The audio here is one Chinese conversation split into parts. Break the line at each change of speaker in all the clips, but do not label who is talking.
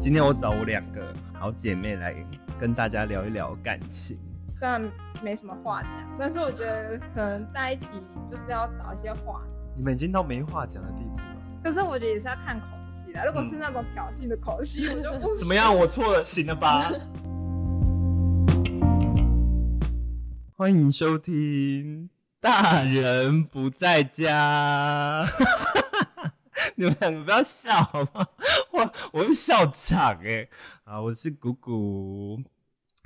今天我找我两个好姐妹来跟大家聊一聊感情。
虽然没什么话讲，但是我觉得可能在一起就是要找一些话题。
你们已经到没话讲的地步了。
可是我觉得也是要看口气啦，如果是那种挑衅的口气，我就 不行。
嗯怎么样？？我错了，行了吧？欢迎收听《大人不在家》。 你们两个不要笑好吗？我我是校长哎、啊，我是谷谷。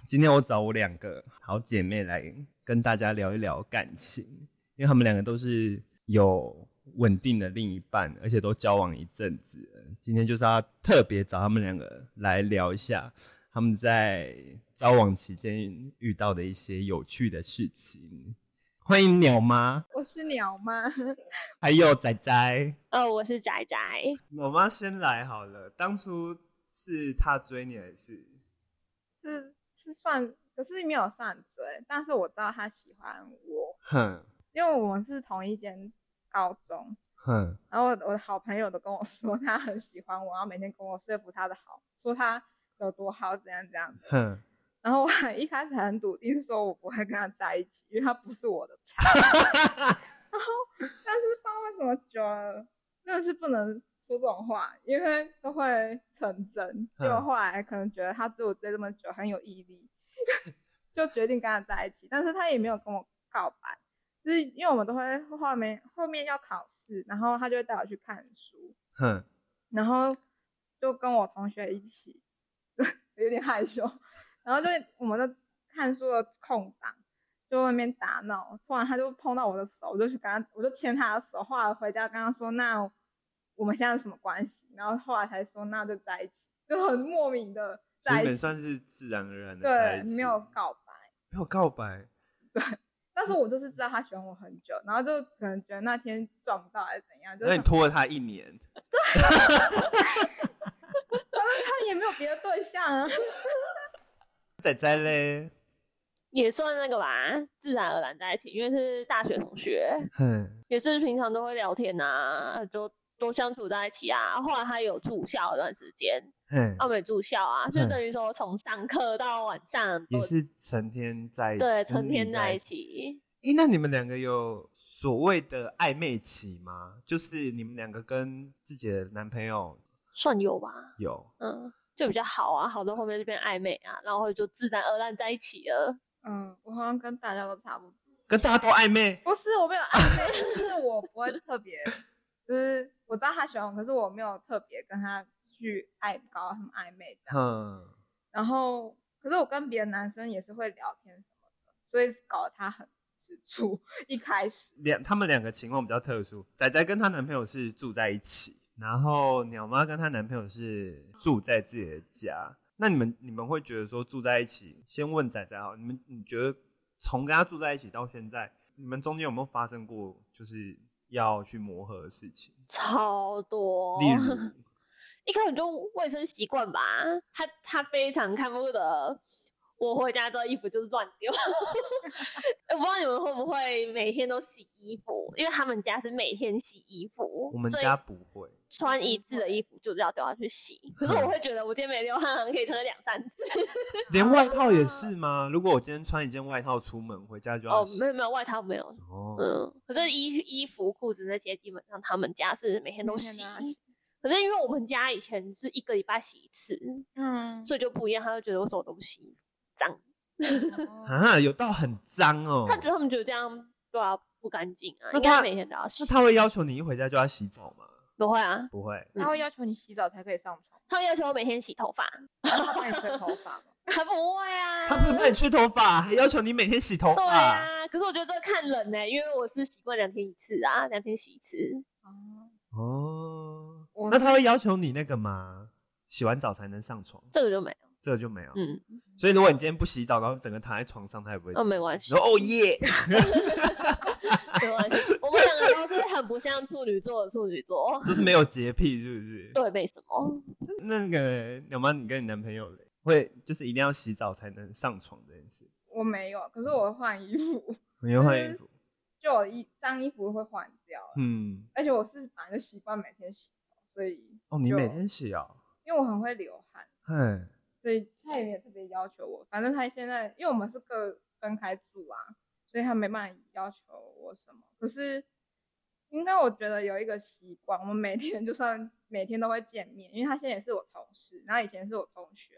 今天我找我两个好姐妹来跟大家聊一聊感情，因为她们两个都是有稳定的另一半，而且都交往一阵子了。今天就是要特别找她们两个来聊一下她们在交往期间遇到的一些有趣的事情。欢迎鸟妈，
我是鸟吗？
还有仔仔。
哦
呃，我是仔仔，
我妈先来好了。当初是她追你还是？
是是算，可是没有算追，但是我知道他喜欢我，
哼
因为我们是同一间高中。
哼，
然后我的好朋友都跟我说他很喜欢我，然后每天跟我说服他的好，说他有多好，怎样怎样。
哼，
然后我还一开始很笃定说我不会跟他在一起，因为他不是我的菜。然后，但是不知道为什么久了，真的是不能说这种话，因为都会成真。结果
嗯
后来可能觉得他追我追这么久很有毅力， 就决定跟他在一起。但是他也没有跟我告白，就是因为我们都会后面后面要考试，然后他就会带我去看书，
哼，
然后就跟我同学一起， 有点害羞。然后就我们的看书的空档，就外面打闹，突然他就碰到我的手，我就去跟他，我就牵他的手，后来回家跟他说，那我们现在是什么关系？然后后来才说，那就在一起，就很莫名的
所以
在
你
一
们
起，
算是自然而然的在
对
一，起，
没有告白。
没有告白，
但是我就是知道他喜欢我很久，然后就可能觉得那天撞不到还是怎样，就是
那你拖了她一年，
他也没有别的对象啊。
仔仔 嘞，
也算那个吧，自然而然在一起，因为是大学同学，
哼，
也是平常都会聊天啊，就都相处在一起啊。后来他有住校一段时间，
哼，
澳美住校啊，就
嗯
等于说从上课到晚上
也
都
是成天在一起，
对
跟
成天
你
在
在
一。起。
诶，那你们两个有所谓的暧昧期吗？就是你们两个跟自己的男朋友
算有吧，
有，
嗯，就比较好啊，好到后面就变暧昧啊，然后就自然而然在一起了。
嗯，我好像跟大家都差不多。
跟大家都暧昧，
不是我没有暧昧， 就是我不会特别，就是我知道他喜欢我，可是我没有特别跟他去爱搞什么暧昧这
哦
样子。
哼，
然后，可是我跟别的男生也是会聊天什么的，所以搞得他很吃醋。一开始
两他们两个情况比较特殊，仔仔跟她男朋友是住在一起，然后鸟妈跟她男朋友是住在自己的家。那你们你们会觉得说住在一起，先问仔仔好，你们你觉得从跟他住在一起到现在，你们中间有没有发生过就是要去磨合的事情？
超多，
例如，
一开始就卫生习惯吧，他他非常看不得我回家之后衣服就是乱丢。 我不知道你们会不会每天都洗衣服，因为他们家是每天洗衣服
我，们
所以
家不会，
穿一致的衣服就是要丢下去洗。可
嗯
是我会觉得我今天没流汗，好像可以穿个两三次。
连外套也是吗？如果我今天穿一件外套出门，回家就要
哦，
洗
没有没有，外套没有。
哦，
嗯，可是衣衣服、裤子那些，基本上他们家是每天都
每天
洗
都要洗。
可是因为我们家以前是一个礼拜洗一次，
嗯，
所以就不一样，他就觉得我手都不洗衣服脏。
啊，有到很脏哦。
他觉得他们觉得这样对啊不干净啊，
那
应该
他
每天都要洗
那。他会要求你一回家就要洗澡吗？
不会啊，
不会，
他会要求你洗澡才可以上床，
他要求我每天洗头发，
他帮你吹头发 吗？
他不会啊。
他会帮你吹头发， 还要求你每天洗头
对
发。
啊，可是我觉得这个看人呢、欸因为我是习惯两天一次啊，两天洗一次。
哦，
哦，
我
那他会要求你那个吗？洗完澡才能上床，
这个就没有，
这个就没有。
嗯，
所以如果你今天不洗澡，然后整个躺在床上，他也不会。
那、没关系
然，后哦 耶，
没关系。我们两个都是很不像处女座的处女座，
就是没有洁癖，是不是？
对，没什么。
那个鸟妈，你跟你男朋友嘞会就是一定要洗澡才能上床这件事，
我没有，可是我会换衣服，
你
嗯
会换衣服？
就我一脏衣服会换掉了，
嗯，
而且我是本来就习惯每天洗头，所以
哦，你
就
每天洗哦，
因为我很会流汗，
哼，
所以他也没有特别要求我。反正他现在，因为我们是各分开住啊，所以他没办法要求我什么。可是，应该我觉得有一个习惯，我们每天就算每天都会见面，因为他现在也是我同事，然后以前是我同学，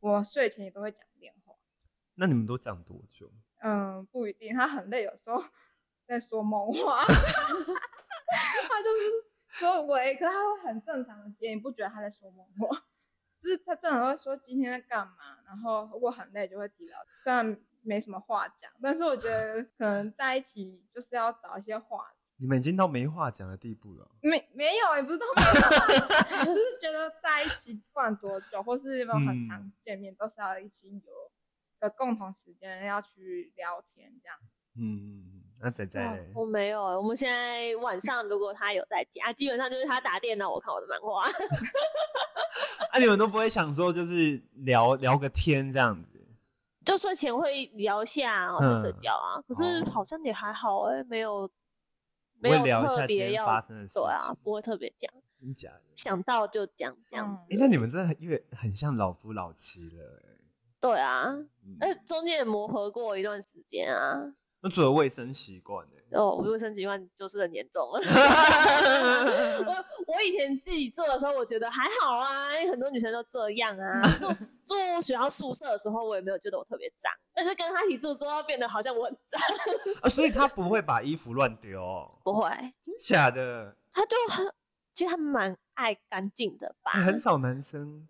我睡前也都会讲电话。
那你们都讲多久？
嗯，不一定，他很累，有时候 在说梦话， 他就是说喂，可是他会很正常的接，你不觉得他在说梦话？就是他正常会说今天在干嘛，然后如果很累就会提到，虽然没什么话讲，但是我觉得可能在一起就是要找一些话题。
你们已经到没话讲的地步了。
没没有，也不是都没有话讲， 就是觉得在一起不管多久，或是有没有很常
嗯
见面，都是要一起有个共同时间要去聊天这样。
嗯，那仔仔
哇
嘞
我没有、欸，我们现在晚上如果他有在家，基本上就是他打电脑，我看我的漫画。
啊，你们都不会想说就是聊聊个天这样子？
就睡前会聊一下，然后就睡觉啊。可是
嗯哦
好像也还好哎、没有
不
没
会
有
聊一
特
下今
别
天
要
发生的事
对啊
情，
不会特别讲，
真假的？
想到就讲这
嗯
样子。
哎、那你们真的很越很像老夫老妻了、欸。
对啊，
嗯
那中间也磨合过一段时间啊。
那除了卫生习惯呢？
哦，我卫生习惯就是很严重了。
欸
我我以前自己做的时候，我觉得还好啊，因为很多女生都这样 啊。住住学校宿舍的时候，我也没有觉得我特别脏，但是跟他一起住之后，变得好像我很脏。
啊，所以他不会把衣服乱丢哦，
不会，
真假的？
他就很，其实他蛮爱干净的吧
欸，很少男生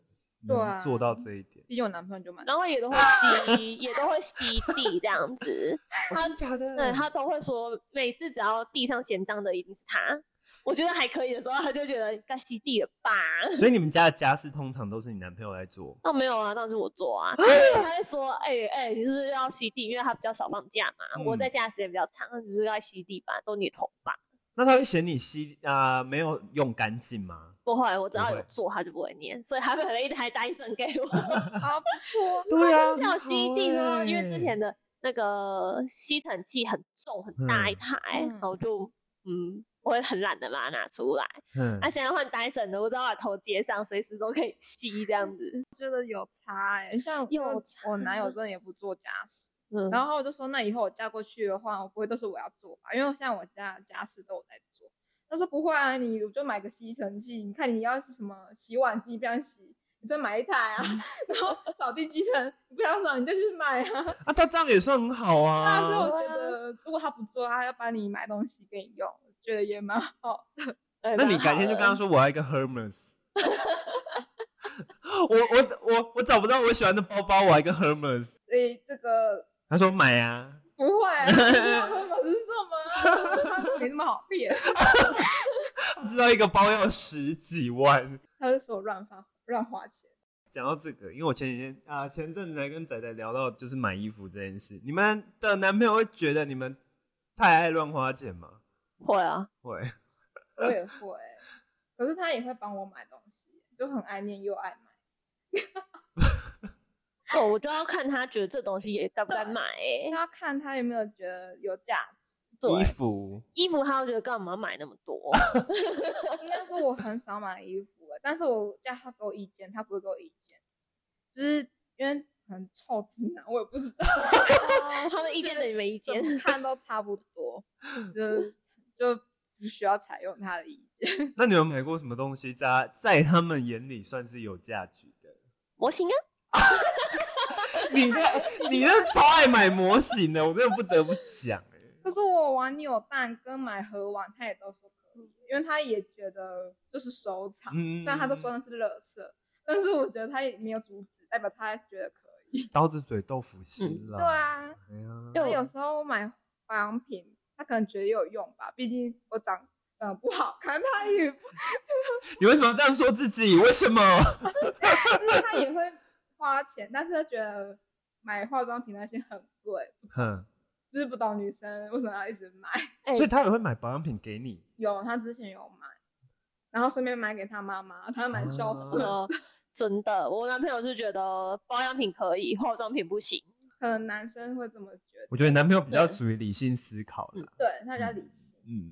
对啊
能做到这一点。
毕竟我男朋友就蛮……
然后 也都会吸，也都会吸地这样子。
哦
他
真假的？
对他都会说，每次只要地上嫌脏的一定是他。我觉得还可以的时候，他就觉得该吸地了吧？
所以你们家的家事通常都是你男朋友来做。
那没有啊，当时我 做啊，所以他会说，哎、哎、你是不是要吸地？因为他比较少放假嘛，
嗯
我在家的时间比较长，那只是要吸地吧，都你头发。
那他会嫌你吸啊、没有用干净吗？
不会，我只要
不会
有做，他就不会念，所以他买了一台单身给我。
啊， 不错，
对啊，
叫吸地
很好
呢，
欸
因为之前的那个吸尘器很重很大一台，
嗯
然后就嗯，我会很懒得把它拿出来。
嗯
那、现在换 Dyson 的，我只要把头接上，随时都可以吸这样子。
觉得有差哎、像
有
我
差
我男友真的也不做家事，
嗯，
然后我就说那以后我嫁过去的话，我不会都是我要做吧？因为像我家的家事都我在做。他说不会啊，你我就买个吸尘器，你看你要是什么洗碗机不想洗，你就买一台啊，然后扫地机器人你不想扫你就去买啊。
啊，他这样也算很好啊。
但是我觉
啊
得如果他不做，他要帮你买东西给你用，我觉得也蛮好。
哎
那你改天就跟他，说我要一个 Hermes。我我我我找不到我喜欢的包包，我要一个 Hermes。
所以这个
他说买啊，
不会，不知道他们是什么 啊，他没那么好骗。
知道一个包要十几万。
他就说我乱花乱花钱，
讲到这个，因为我前几天啊、前阵子才跟仔仔聊到就是买衣服这件事，你们的男朋友会觉得你们太爱乱花钱吗？
会啊，
会，
我也会，可是他也会帮我买东西，就很爱念又爱买。
哦，我就要看他觉得这东西也该不该买、欸
他。要看他有没有觉得有价值。
衣
对，
服
衣服他会觉得干嘛买那么多？
应该说我很少买衣服欸，但是我叫他给我意见，他不会给我意见，就是因为很臭直男，我也不知道。
哦他的意见等于没意
怎
见。
么看都差不多，就是就不需要采用他的意见。
那你们买过什么东西在在他们眼里算是有价值的？
模型啊，
你那你那超爱买模型的，我真的不得不讲哎、
可是我玩扭蛋跟买盒玩，他也都说可以，因为他也觉得就是收藏，
嗯
虽然他都说那是垃圾，但是我觉得他也没有阻止，代表他觉得可以。
刀子嘴豆腐心啦、
对啊，
哎呀，
对
那有时候买保养品，他可能觉得有用吧，毕竟我长嗯不好看，他也不
你为什么这样说自己？为什么？
就是他也会花钱，但是他觉得买化妆品那些很贵，
哼，
就是不懂女生为什么要一直买。
哎、
所以他也会买保养品给你。
有，他之前有买，然后顺便买给他妈妈，他蛮消
啊
沉的，
呃，真的，我男朋友是觉得保养品可以，化妆品不行。
可能男生会这么觉得。
我觉得你男朋友比较
对
属于理性思考啦。
对，他比较理性，
嗯，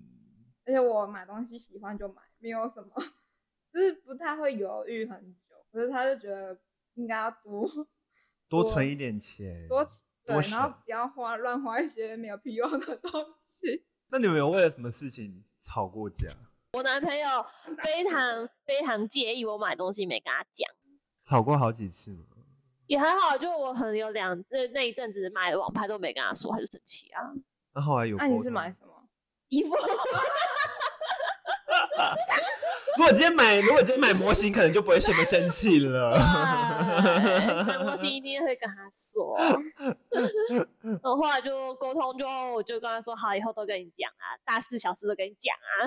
而且我买东西 喜欢就买，没有什么，就是不太会犹豫很久。可是他就觉得应该要多
多
多
存一点钱，
多对
多，
然后
省
不要花乱花一些没有必要的东西。
那你们有为了什么事情吵过架？
我男朋友非常非常介意我买东西没跟他讲，
吵过好几次吗？
也还好，就我可能有两那那一阵子买网拍都没跟他说，他就生气啊。
那后来有
那、
沟
你是
通
买什么？
衣服
如果今天买，如果今天买模型，可能就不会这么生气 了。
对，哎东西一定会跟他说。然后后来就沟通就，我就跟他说好，以后都跟你讲啊，大事小事都跟你讲啊，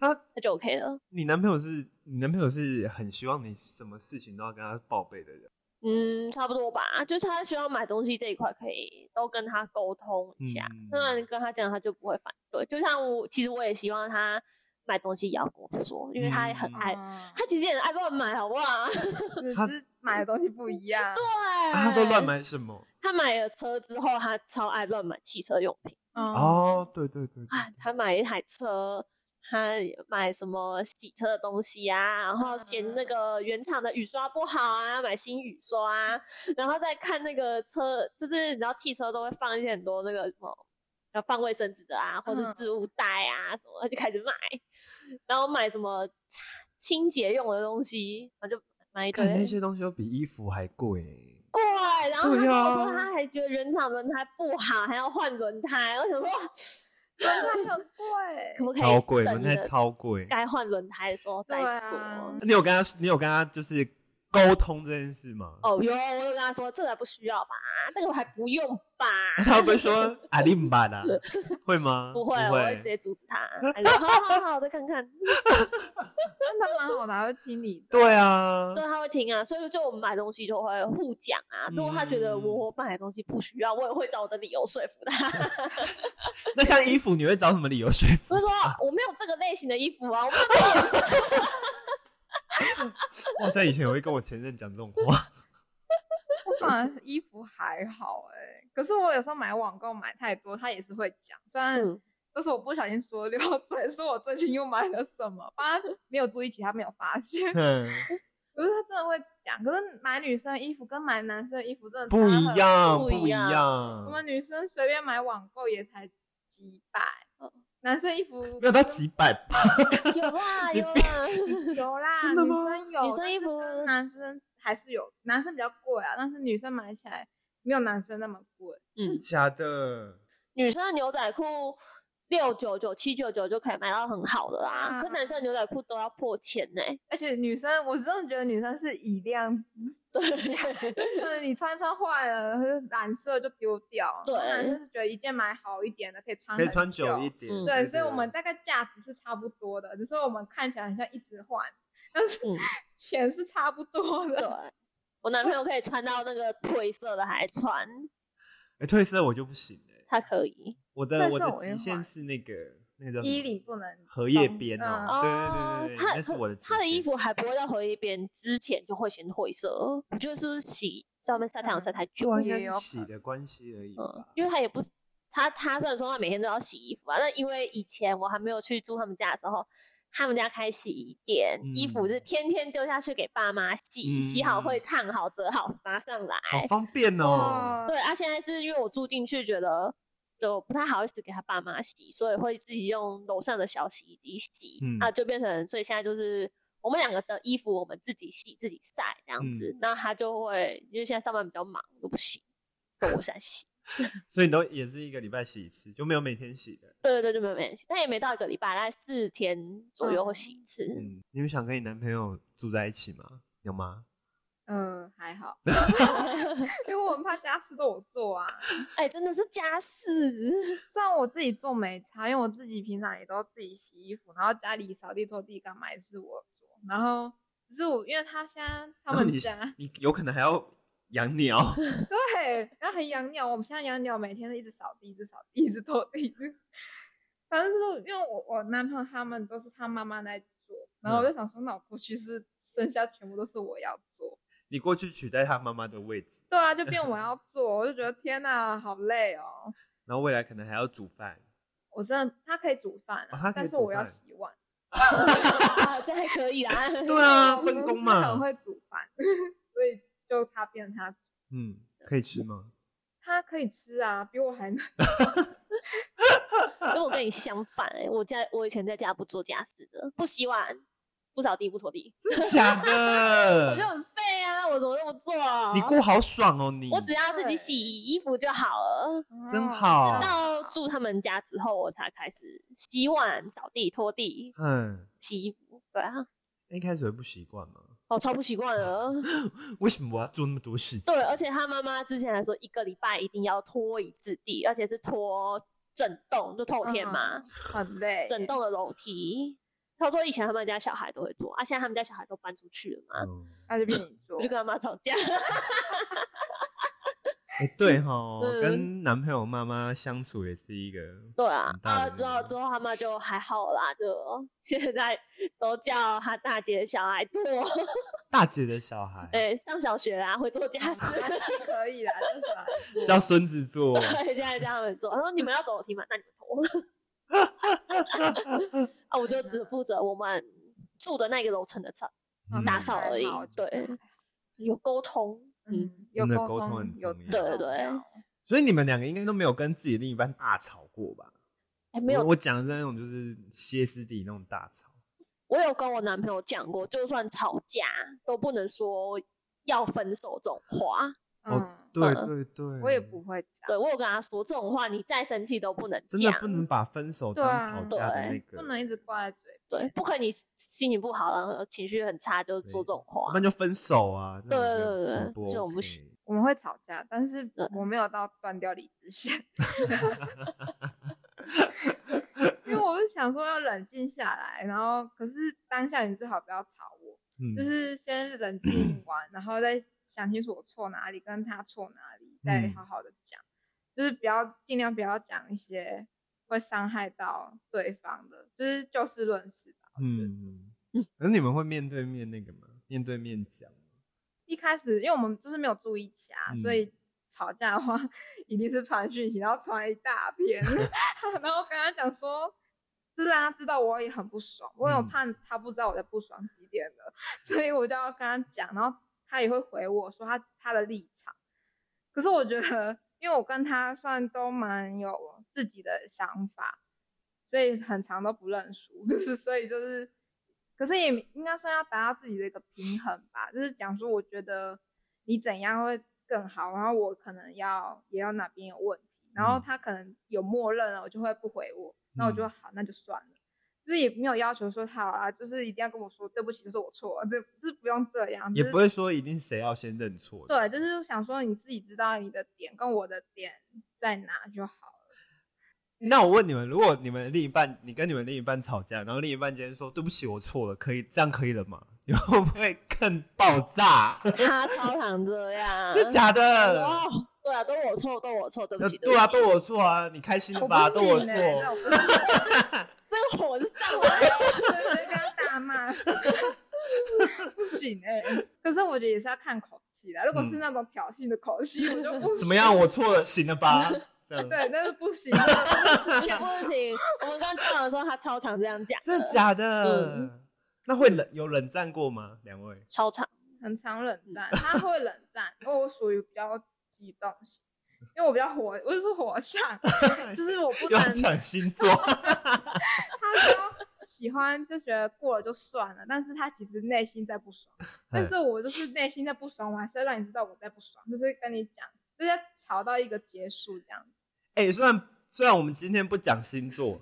他，
那就 OK 了。
你男朋友是你男朋友是很希望你什么事情都要跟他报备的人，
嗯，差不多吧，就是他需要买东西这一块，可以都跟他沟通一下
嗯。
虽然跟他讲，他就不会反对。就像我，其实我也希望他买东西也要跟我说，因为他也很爱，
嗯
啊
他其实也很爱乱买，好不好？
只
他
是买的东西不一样。
对，
啊、他都乱。买什么？
他买了车之后，他超爱乱买汽车用品。
嗯，
哦，对对对，对
啊，他买一台车，他买什么洗车的东西啊，然后嫌那个原厂的雨刷不好啊，买新雨刷啊，然后再看那个车，就是你知道汽车都会放一些很多那个什么，要放卫生纸的啊，或是
嗯
置物袋啊什么，他就开始买，然后买什么清洁用的东西，然后就买一堆
看。那些东西都比衣服还贵。
过来，然后他
对
跟我
啊
说，他还觉得原厂轮胎不好，还要换轮胎。我想说，
轮胎很贵
可，不可以
超贵，
等
轮
你
胎
的
超贵。
该换轮胎的时候再说。
对啊
你有跟他，你有跟他就是沟通这件事吗？
哦哟，我就跟他说这个还不需要吧，这个我还不用吧。
他会不会说阿里姆巴啦？会吗？
不
会
会，，我会直接阻止他。还 说好好好，我再看看。
真的蛮好的，还会听你的。
对啊，
对，他会听啊，所以就我们买东西就会互讲啊。如果他觉得我买的东西不需要，我也会找我的理由说服他。
那像衣服，你会找什么理由说服
我？就说哦我没有这个类型的衣服啊，我没有这个颜 色。
我好像以前也会跟我前任讲这种话。
我反而衣服还好哎、可是我有时候买网购买太多，他也是会讲，虽然
嗯
都是我不小心说溜嘴，说我最近又买了什么，反正没有注意起，他没有发现。
嗯，
可是他真的会讲，可是买女生衣服跟买男生衣服真 的
不
差
一
很
样，
不一
不一
样
样
我。们女生随便买网购也才几百
嗯，
男生衣服
没有到几百吧？
有啦
你
有啊啦，
有啦，
真
女
的吗
生有，
女生
但
衣
是
服
跟男生还是有，男生比较贵啊，但是女生买起来没有男生那么贵。
嗯，
假的，
女生的牛仔裤六九九、七九九就可以买到很好的啦，
啊
可男生的牛仔裤都要破千呢、
而且女生，我真的觉得女生是以量制，
嗯对，
就是你穿穿坏了，就是染色就丢掉。
对
男生是觉得一件买好一点的可以穿，
可以穿久一。点。
嗯
对，所以我们大概价值是差不多的，只是我们看起来好像一直换，但是
嗯，
钱是差不多
对
的。。
我男朋友可以穿到那个褪色的还穿，
哎，褪色我就不行哎，
他可以。
我的
褪
我
色
的
我也
极限
会
是那个那个叫什
衣
么
领不能
嗯荷叶
松
边
嗯
哦，对对对对对，
他
那是
可
我的极
他的衣
限
服还不会到荷叶边之前就会先褪色，我觉得是不是洗上面晒太阳晒太久
对啊，应
也
该
有
是
可
洗的关系而已
嗯
吧，。
因为他也不，他他虽然说他每天都要洗衣服啊，但因为以前我还没有去住他们家的时候，他们家开洗衣店，衣服是
嗯
天天丢下去给爸妈洗，洗好会烫好折好拿上来。
好方便哦。
哎哇
对啊，现在是因为我住进去，觉得就不太好意思给他爸妈洗，所以会自己用楼上的小洗衣机洗、
嗯
啊，就变成所以现在就是我们两个的衣服我们自己洗自己晒这样子，那他就会因为现在上班比较忙，就不洗，就我现在洗。
所以你都也是一个礼拜洗一次，就没有每天洗的。
对对对，就没有没洗，但也没到一个礼拜，大概四天左右会洗一次。
嗯，你们想跟你男朋友住在一起吗？有吗？
嗯，还好，因为我很怕家事都我做啊。
哎、真的是家事，
虽然我自己做没差，因为我自己平常也都自己洗衣服，然后家里扫地、拖地、干嘛也是我做。然后只是我，因为他现在
那
他们
哦你
家
你有可能还要养鸟，
对，然后还养鸟，我们现在养鸟每天都一直扫地，一直扫地，一直拖地。 反正就是因为我我男朋友他们都是他妈妈在做，然
嗯
后我就想说，那我过去是剩下全部都是我要做。
你过去取代他妈妈的位置，
对啊，就变我要做，我就觉得天哪，好累哦。
然后未来可能还要煮饭。
我真的，他可以煮饭、
哦
啊
他可以
但是
煮
我要
饭
洗碗。
啊、这还可以啦。
对啊，
我
分
不
工
是
嘛
很。会煮饭，所以就他变成他煮，
嗯，可以吃吗？
他可以吃啊，比我还能。
如果跟你相反、欸，我家我以前在家不做家事的，不洗碗，不扫地，不拖地，
真 的假
我就
的？
很废啊！我怎么那么做？啊
你过好爽哦，你
我只要自己洗衣服就好了。
真
哦
好
到住他们家之后，我才开始洗碗、扫地、拖地、
嗯，
洗衣服。对啊，
一开始会不习惯吗？
我超不习惯了。
为什么我要做那么多事情？
对，而且他妈妈之前还说一个礼拜一定要拖一次地，而且是拖整栋，就透天嘛，
嗯很累，
整栋的楼梯。他说以前他们家小孩都会做，啊，现在他们家小孩都搬出去了嘛，
嗯，
那就变你做
我就。跟他妈吵架。
哎、对哈，
嗯
跟男朋友妈妈相处也是一个，
对啊
很，大
啊
的
之后之后他妈就还好啦，就现在都叫他大姐的小孩多，
大姐的小孩、
哎、上小学啦，会做家事，
还可以啦，就是啊
叫孙子座，
对，现在叫他们做。他说你们要走楼 梯吗？那你们拖。啊，我就只负责我们住的那个楼层的扫
嗯
打扫而已
还好，
对，有沟通，嗯，
嗯，有
真的沟
沟
通很
通，有
重要
对对
所以你们两个应该都没有跟自己另一半大吵过吧？
哎、没有
我，我讲的是那种就是歇斯底里那种大吵，
我有跟我男朋友讲过，就算吵架都不能说要分手这种话。
哦
嗯，
对
嗯
对对，
我也不会讲，
对我有跟他说，这种话你再生气都不能
真的
讲，
不能把分手当吵架的那个，
不能一直挂在嘴边。
对，不可以你心情不好，然后情绪很差就说这种话
那。就分手啊！
对
那种
对
就
对对
很不
这种不
OK
行。
我们会吵架，但是
对
我没有到断掉理智 线，因为我是想说要冷静下来，然后可是当下你最好不要吵我，
嗯，
就是先 冷静完，然后再想清楚我错哪里，跟他错哪里，再
嗯
好好的讲，就是不要尽量不要讲一些会伤害到对方的，就是就事论事吧。我觉得
嗯，可是你们会面对面那个吗？面对面讲？
一开始因为我们就是没有住一起啊，
嗯
所以吵架的话 一定是传讯息，然后传一大篇，然后跟他讲说，就是让他知道我也很不爽，我有
嗯
怕他不知道我在不爽几点了， 所以我就要跟他讲，然后他也会回我说他他的立场。可是我觉得，因为我跟他算都蛮有自己的想法，所以很长都不认输， 就是所以就是，可是也应该算要达到自己的一个平衡吧，就是讲说我觉得你怎样会更好，然后我可能要也要哪边有问题，然后
嗯
他可能有默认了，我就会不回我，那我就
嗯
好，那就算了。就是也没有要求说好啊，就是一定要跟我说对不起，就是我错了，这就是不用这样，
也
只是
不会说一定谁要先认错的。
对，就是想说你自己知道你的点跟我的点在哪就好了。
那我问你们，如果你们的另一半，你跟你们另一半吵架，然后另一半今天说对不起，我错了，可以这样可以了吗？你们会不会更爆 炸？
他超常 这样，
是假的？
哦，对啊，都我错，都我错，对不
那
起，
对啊，
不起
对我错啊，你开心
我
吧？
不
对我
信
错，
欸那我不信
这个火是上来了，
我就跟他大骂，不行哎、可是我觉得也是要看口气啦，如果是
嗯
那种挑衅的口气，我就不行。
怎么样？我错了，行了 吧？这样
对，但是不行，真的不行
绝不行。我们刚交往的时候，他超常这样讲，
真的假的？
嗯
那会冷有冷战过吗？两位？
超常。
很常冷战，他会冷战，因为我属于比较激动型，因为我比较火，我就是火 象，就是我不
又
能
讲星座？
他说喜欢就觉得过了就算了，但是他其实内心在不爽。
哎
但是我就是内心在不爽，我还是要让你知道我在不爽，就是跟你讲，就是要吵到一个结束这样子。
哎、虽然虽然我们今天不讲星座，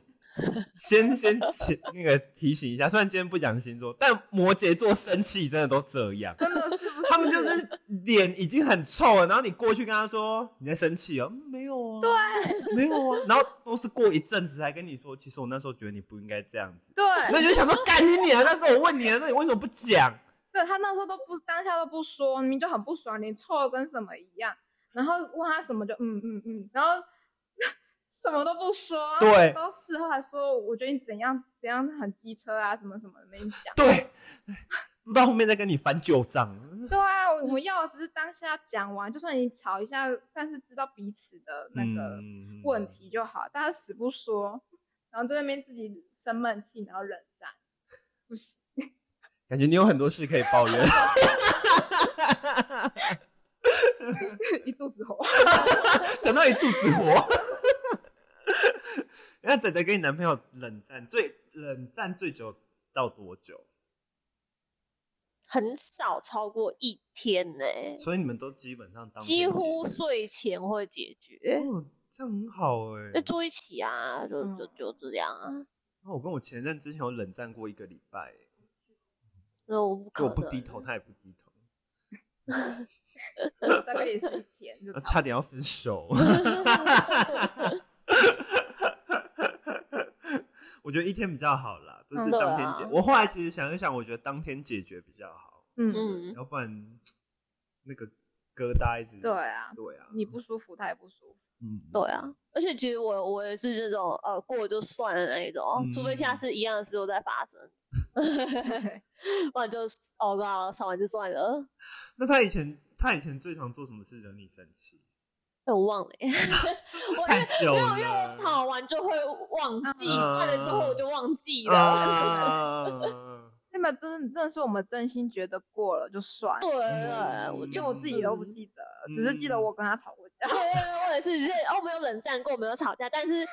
先先前那个提醒一下，虽然今天不讲星座，但摩羯座生气真的都这样，
真的是不是？
他们就是脸已经很臭了，然后你过去跟他说你在生气哦、嗯没有啊，对，没有啊，然后都是过一阵子才跟你说，其实我那时候觉得你不应该这样子，那
对，
你就想说干你娘，那时候我问你的时候，你为什么不讲？
对他那时候都不当下都不说，明明就很不爽，脸臭的跟什么一样。然后问他什么就嗯嗯嗯，然后 什么都不说，
对
到事后还说我觉得你怎样怎样很机车啊，什么什么的没讲。
对，到后面再跟你翻旧账，
对啊，我们要的只是当下讲完，就算你吵一下，但是知道彼此的那个
嗯
问题就好。但他死不说，然后在那边自己生闷气，然后冷战。
感觉你有很多事可以抱怨。
肚子火。
讲到一肚子火。 那仔仔跟你男朋友冷战最冷战最久到多久？
很少超过一天呢、
所以你们都基本上当
几
天
乎
解决
睡前会解决，
哦，这样很好哎、
就住一起啊，就就
嗯
就这样啊。
那我跟我前任之前有冷战过一个礼拜、欸，
那我不可
我
能，
不低头，他也不低头，
大概也是一天就
呃
差
差点要分 手。 我觉得一天比较好啦，不是
嗯
对
当天
啊
解。我后来其实想一想，我觉得当天解决比较好，
不多。嗯，
嗯，
要不然那个疙瘩一直
对啊，
对啊，
你不舒服，他也不舒服。
嗯
对啊。而且其实我我也是这种呃过就算的那一种，
嗯
除非下次一样的事又再发生，
对
不然就哦，刚好吵完就算了。
那他以前他以前最常做什么事惹你生 气？
哎，我忘了 耶，我因
太
为
久
没
了，
有，因为我吵完就会忘记，
嗯
算了之后我就忘记 了。
啊，
那么真真的是我们真心觉得过了就算，
对
嗯
我
就我自己都不记得，只是记得
嗯
我跟他吵过架。
对，我也是，就是哦，没有冷战过，没有吵架，但是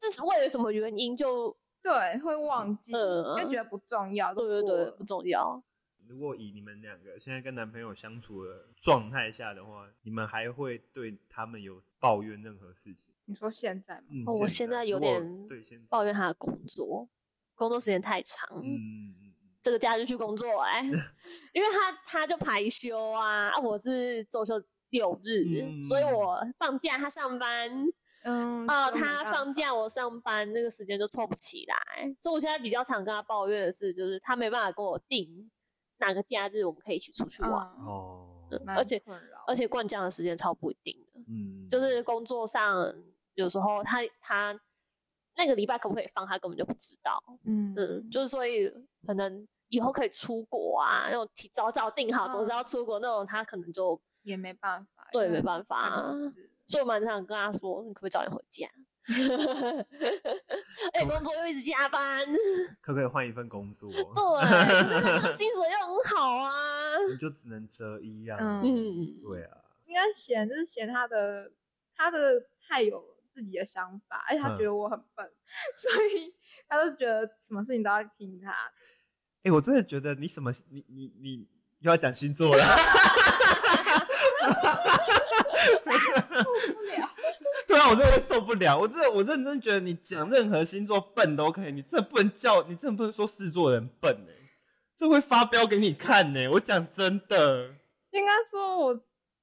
这是为了什么原因就
对，会忘记，
呃
因为觉得不重要。都
对对
过
对
了
不重要。
如果以你们两个现在跟男朋友相处的状态下的话，你们还会对他们有抱怨任何事情？
你说现在吗？
嗯
哦我现在有
如果
点
对，现在
抱怨他的工作，工作时间太长，
嗯，嗯
这个假日去工作哎、 因为他他就排休啊，啊我是周休六日，
嗯
所以我放假他上班，
嗯，
哦、
所以我们
他
刚
放假我上班，那个时间就凑不起来，所以我现在比较常跟他抱怨的是，就是他没办法跟我定哪个假日我们可以一起出去玩，
嗯
嗯，
哦，
蛮
而且
困扰
而且灌浆的时间超不一定的，
嗯，
就是工作上有时候他他那个礼拜可不可以放，他根本就不知道。
嗯
嗯，就是所以可能以后可以出国啊，那种提早早定好，
嗯
总是要出国那种，他可能就，
也没办法，
对
因为
没办法啊
办公室
所以我蛮常跟他说，你可不可以早点回家？ 而
哦
且工作又一直加班，
可不可以换一份工 作？
哦对，就是他这个薪水又很好啊，
你就只能择一啊。
嗯
对啊，
应该嫌就是嫌他的他的太有自己的想法，而且他
嗯
觉得我很笨， 所以他就觉得什么事情都要听 他。
哎、我真的觉得你什么，你你你又要讲星座了，
不了，
对啊，我真的会受不了。我真的我认真觉得你讲任何星座笨都可以，你这不能叫你真的不能说狮子座人笨哎、这会发飙给你看呢、欸我讲真的，
应该说我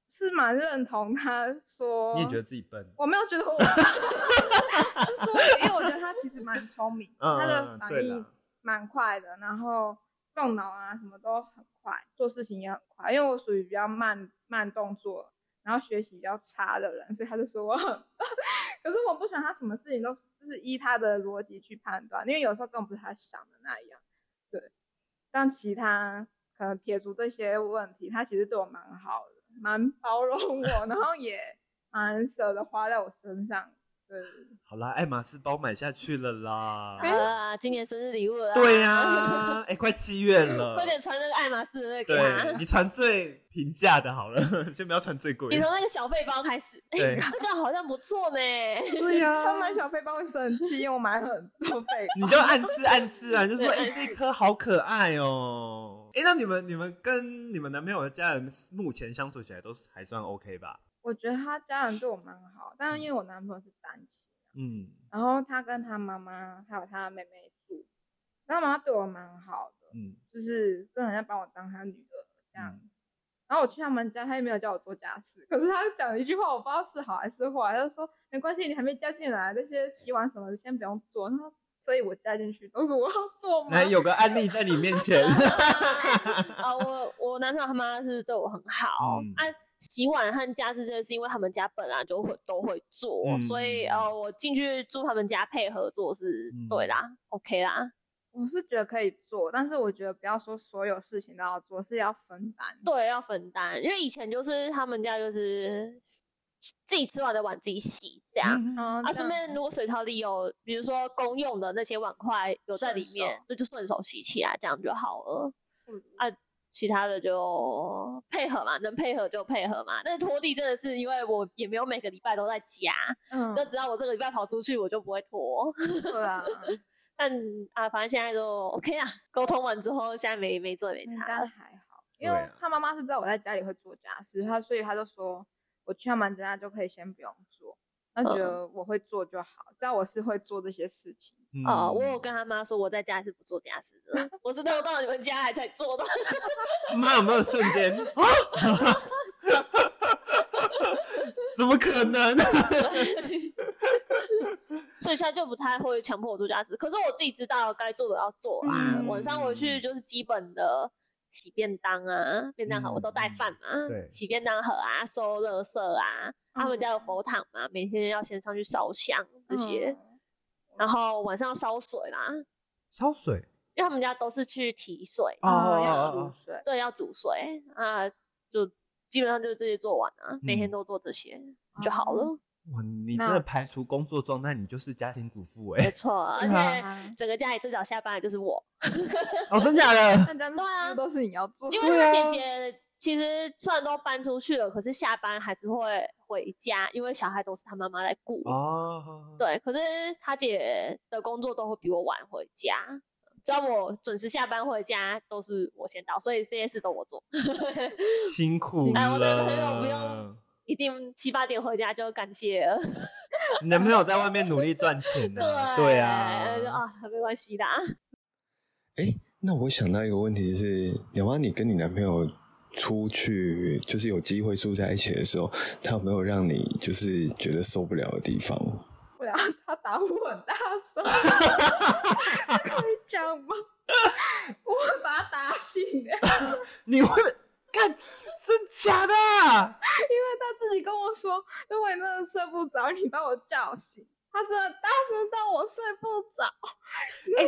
是蛮认同他
哦
说，
你也觉得自己笨？
我没有觉得我，是说因为我觉得他其实蛮聪明，
嗯
他
嗯
的
嗯
反
对
应
啦
蛮快的，然后动脑啊什么都很快，做事情也很快。因为我属于比较慢慢动作，然后学习比较差的人，所以他就说我很 笨。可是我不喜欢他什么事情都就是依他的逻辑去判断，因为有时候根本不是他想的那样。对，但其他可能撇除这些问题，他其实对我蛮好的，蛮包容我， 然后也蛮舍得花在我身上。对，
好啦，爱马仕包买下去了啦。
好啊啦，今年生日礼物了，
哎对呀、， 哎、快七月了，
啊快点传那个爱马仕的那个给
对
他。
你传最平价的好了， 先不要传最贵
你
的。
从那个小背包开始，哎
对
这个好像不错呢。
对 呀、
他买小背包会生气，因为我买很多背包。
你就暗示暗示 啊，就说
对
哎、这颗好可爱哦、哎、那你们你们跟你们男朋友的家人目前相处起来都是还算 OK 吧？
我觉得他家人对我蛮好，但是因为我男朋友是单亲，
嗯
然后他跟他妈妈还有他妹妹住，然后妈妈对我蛮好的，
嗯，
就是真的很像把我当他女儿这样。
嗯
然后我去他们家，他也没有叫我做家事，可是他讲了一句话，我不知道是好还是坏，他就说没关系，你还没加进来，那些洗碗什么的先不用做。他说，所以我加进去都是我要做吗
来？嗯有个案例在你面 前，
啊，我 我男朋友他妈是对我很好，
嗯
啊，洗碗和家事这些是因为他们家本来就会都会做，
嗯
所以呃，我进去住他们家配合做是、
嗯
对啦，OK 啦，
我是觉得可以做，但是我觉得不要说所有事情都要做，是要分担。
对，要分担，因为以前就是他们家就是自己吃完的碗自己洗这样。
嗯
嗯，
啊，
这
顺
样
便如果水槽里有，比如说公用的那些碗筷有在里
顺手
面，那就顺手洗起来，这样就好了。
嗯
啊，其他的就配合嘛，能配合就配合嘛。但是拖地真的是因为我也没有每个礼拜都在家，
嗯
就只要我这个礼拜跑出去，我就不会拖。
对啊，
但啊，反正现在都 OK 啊，沟通完之后，现在没没做也没
应
差
该
了。
还好，因
对
为
啊
他妈妈是知道我在家里会做家事，他所以他就说我去他们家就可以先不用做，他觉
嗯
得我会做就好，知道我是会做这些事情。
嗯
哦，我有跟他妈说我在家是不做家事的， 我是偷到你们家来才做的。
嗯妈有没有瞬 间啊？ 怎么可能？
所以现在就不太会强迫我做家事。可是我自己知道该做的要做啦。
嗯
晚上回去就是基本的洗便当啊，便当盒、
嗯
我都带饭嘛，
对
洗便当盒啊，收垃圾啊。他们家有佛堂嘛，每天要先上去烧香这
嗯
些，然后晚上要烧水啦，
烧水
因为他们家都是去提水，
嗯哦，要
哦
煮水，
对，要煮水啊，就基本上就是这些做完啊，每天
嗯
都做这些就好了，
哇！你真的
那
排除工作状态，你就是家庭主妇
没
哎！
错，而
对啊
且。整个家里最早下班的就是我，
哦，真假的？
但真
对啊
的都是你要做，
因为他姐
啊
姐其实虽然都搬出去了，可是下班还是会回家，因为小孩都是他妈妈来顾。
哦，
对，可是他姐的工作都会比我晚回家，只要我准时下班回家，都是我先到，所以这些事都我做。
辛苦
哎
了。
我男朋友不用一定七八点回家就感谢了。
你男朋友在外面努力赚钱呢、对
呃
啊，
啊，没关系的啊。
那我想到一个问题是，梁妈，你跟你男朋友出去，就是有机会住在一起的时候，他有没有让你就是觉得受不了的地方？
不 了，他打呼很大声，可以讲吗？ 我会把他打醒的，
你
因为
会干真假的啊？
他自己跟我说，如果你真的睡不着，你把我叫醒。他真的大声到我睡不着，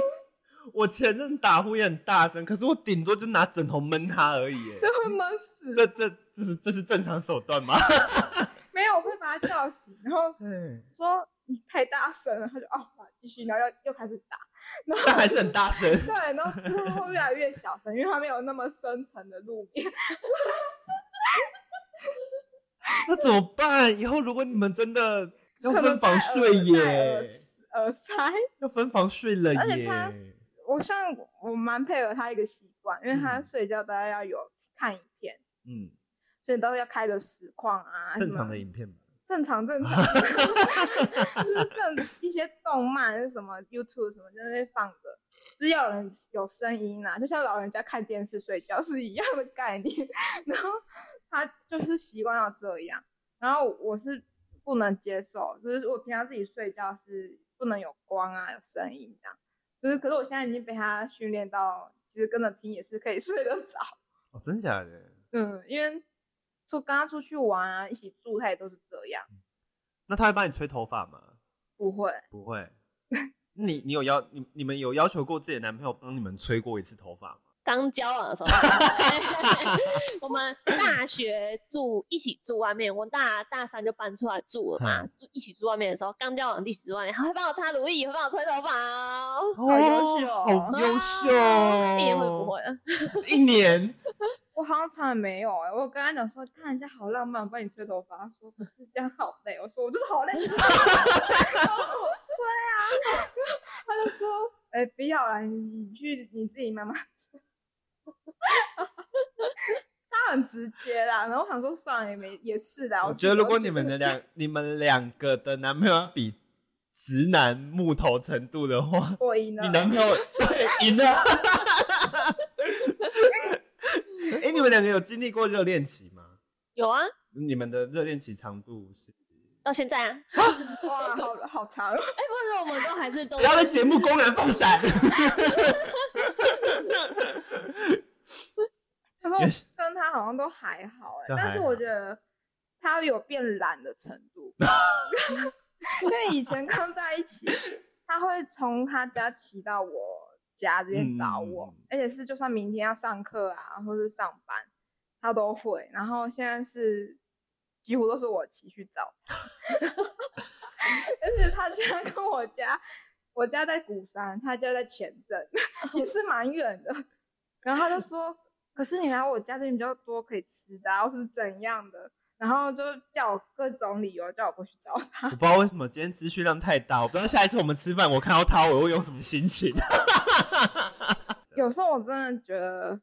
我前任打呼也很大声，可是我顶多就拿枕头闷他而已耶。欸
就会闷死。
这这这是这是正常手段吗？
没有，我会把他叫醒，然后
对，
说你太大声了，他就哦，好继续，然后又又开始打。
但还是很大声。
对，然后之后会越来越小声，因为他没有那么深沉的路面。
那怎么办？以后如果你们真的要
可能
分房
戴耳
睡
戴
耶
耳，耳塞。
要分房睡了
而且
耶。
他我像我蛮配合他一个习惯，因为他
嗯
睡觉大概要有看影片，
嗯，
所以都要开个实况啊，
正
什
常
么
的影片吧。
正常正常，就是正一些动漫什么 YouTube 什么在那边放着，只要有人有声音啊，就像老人家看电视睡觉是一样的概念。 然后他就是习惯要这样，然后我是不能接受，就是我平常自己睡觉是不能有光啊、有声音这样，就是可是我现在已经被他训练到，其实跟着听也是可以睡得着。
哦，真假的？
嗯，因为出跟他出去玩啊，一起住他也都是这样，
那他会帮你吹头发吗？
不会。
不 会。你你有要你你们有要求过自己的男朋友帮你们吹过一次头发吗？
刚交往 的时候， 我们大学住一起住外面，我大大三就搬出来住了嘛，
嗯
住一起住外面的时候，刚交往一起住外面，还会帮我擦乳液，会帮我吹头发哦。
好
优秀哦
好优秀
啊
哦，
一年会不会啊了？
一年
我好像从来没有哎、我有跟他讲说，看人家好浪漫，我帮你吹头发。他说不是这样好累，我说我就是好累， 然后我吹啊。他就说，哎、不要啦，你你去你自己慢慢吹。他很直接啦，然后我想说算了，也没也是的。
我觉得如果你们
的
的两你们两个的男朋友要比直男木头程度的话，
我赢了
你，男朋
欸
友对赢了。哎、你们两个有经历过热恋期吗？
有啊，
你们的热恋期长度是？
到现在啊。哎、
哇，好好长，哦
不是，我们都还是都
不要在节目公然放 闪。
可是我跟他好像都还好哎、
都还
但是我觉得他有变懒的程 度，因为以前刚在一起，他会从他家骑到我家这边找我，
嗯
而且是就算明天要上课啊，或是上班，他都会。然后现在是几乎都是我骑去找他， 而且他家跟我家，我家在鼓山，他家在前镇，也是蛮远的。然后他就说：“可是你来我家这边比较多可以吃的、啊，或是怎样的，然后就叫我各种理由叫我过去找他
我。不知道为什么今天资讯量太大，我不知道下一次我们吃饭我看到他我会用什么心情。
有时候我真的觉得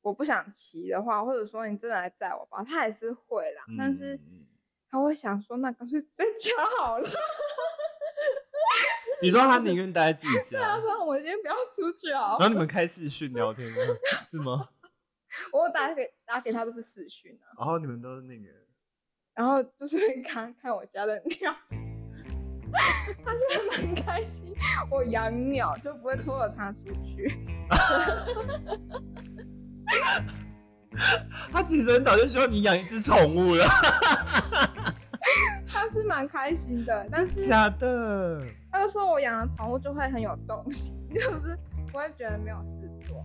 我不想骑的话，或者说你真的来载我吧，他还是会啦， 但是
嗯
他会想说，那干脆在家好了。
你说他宁愿待在自己家，
对啊，说我今天不要出去哦
然。后你们开视讯聊天吗？是吗？
我打给打给他都是视讯啊，
然后你们都是那个，
然后就是看看我家的鸟，他真的蛮开心。我养鸟就不会拖着它出去，
他其实很早就希望你养一只宠物了，
它是蛮开心的。但是啊
假的。
他就说我养的宠物就会很有重心，就是我会觉得没有事做。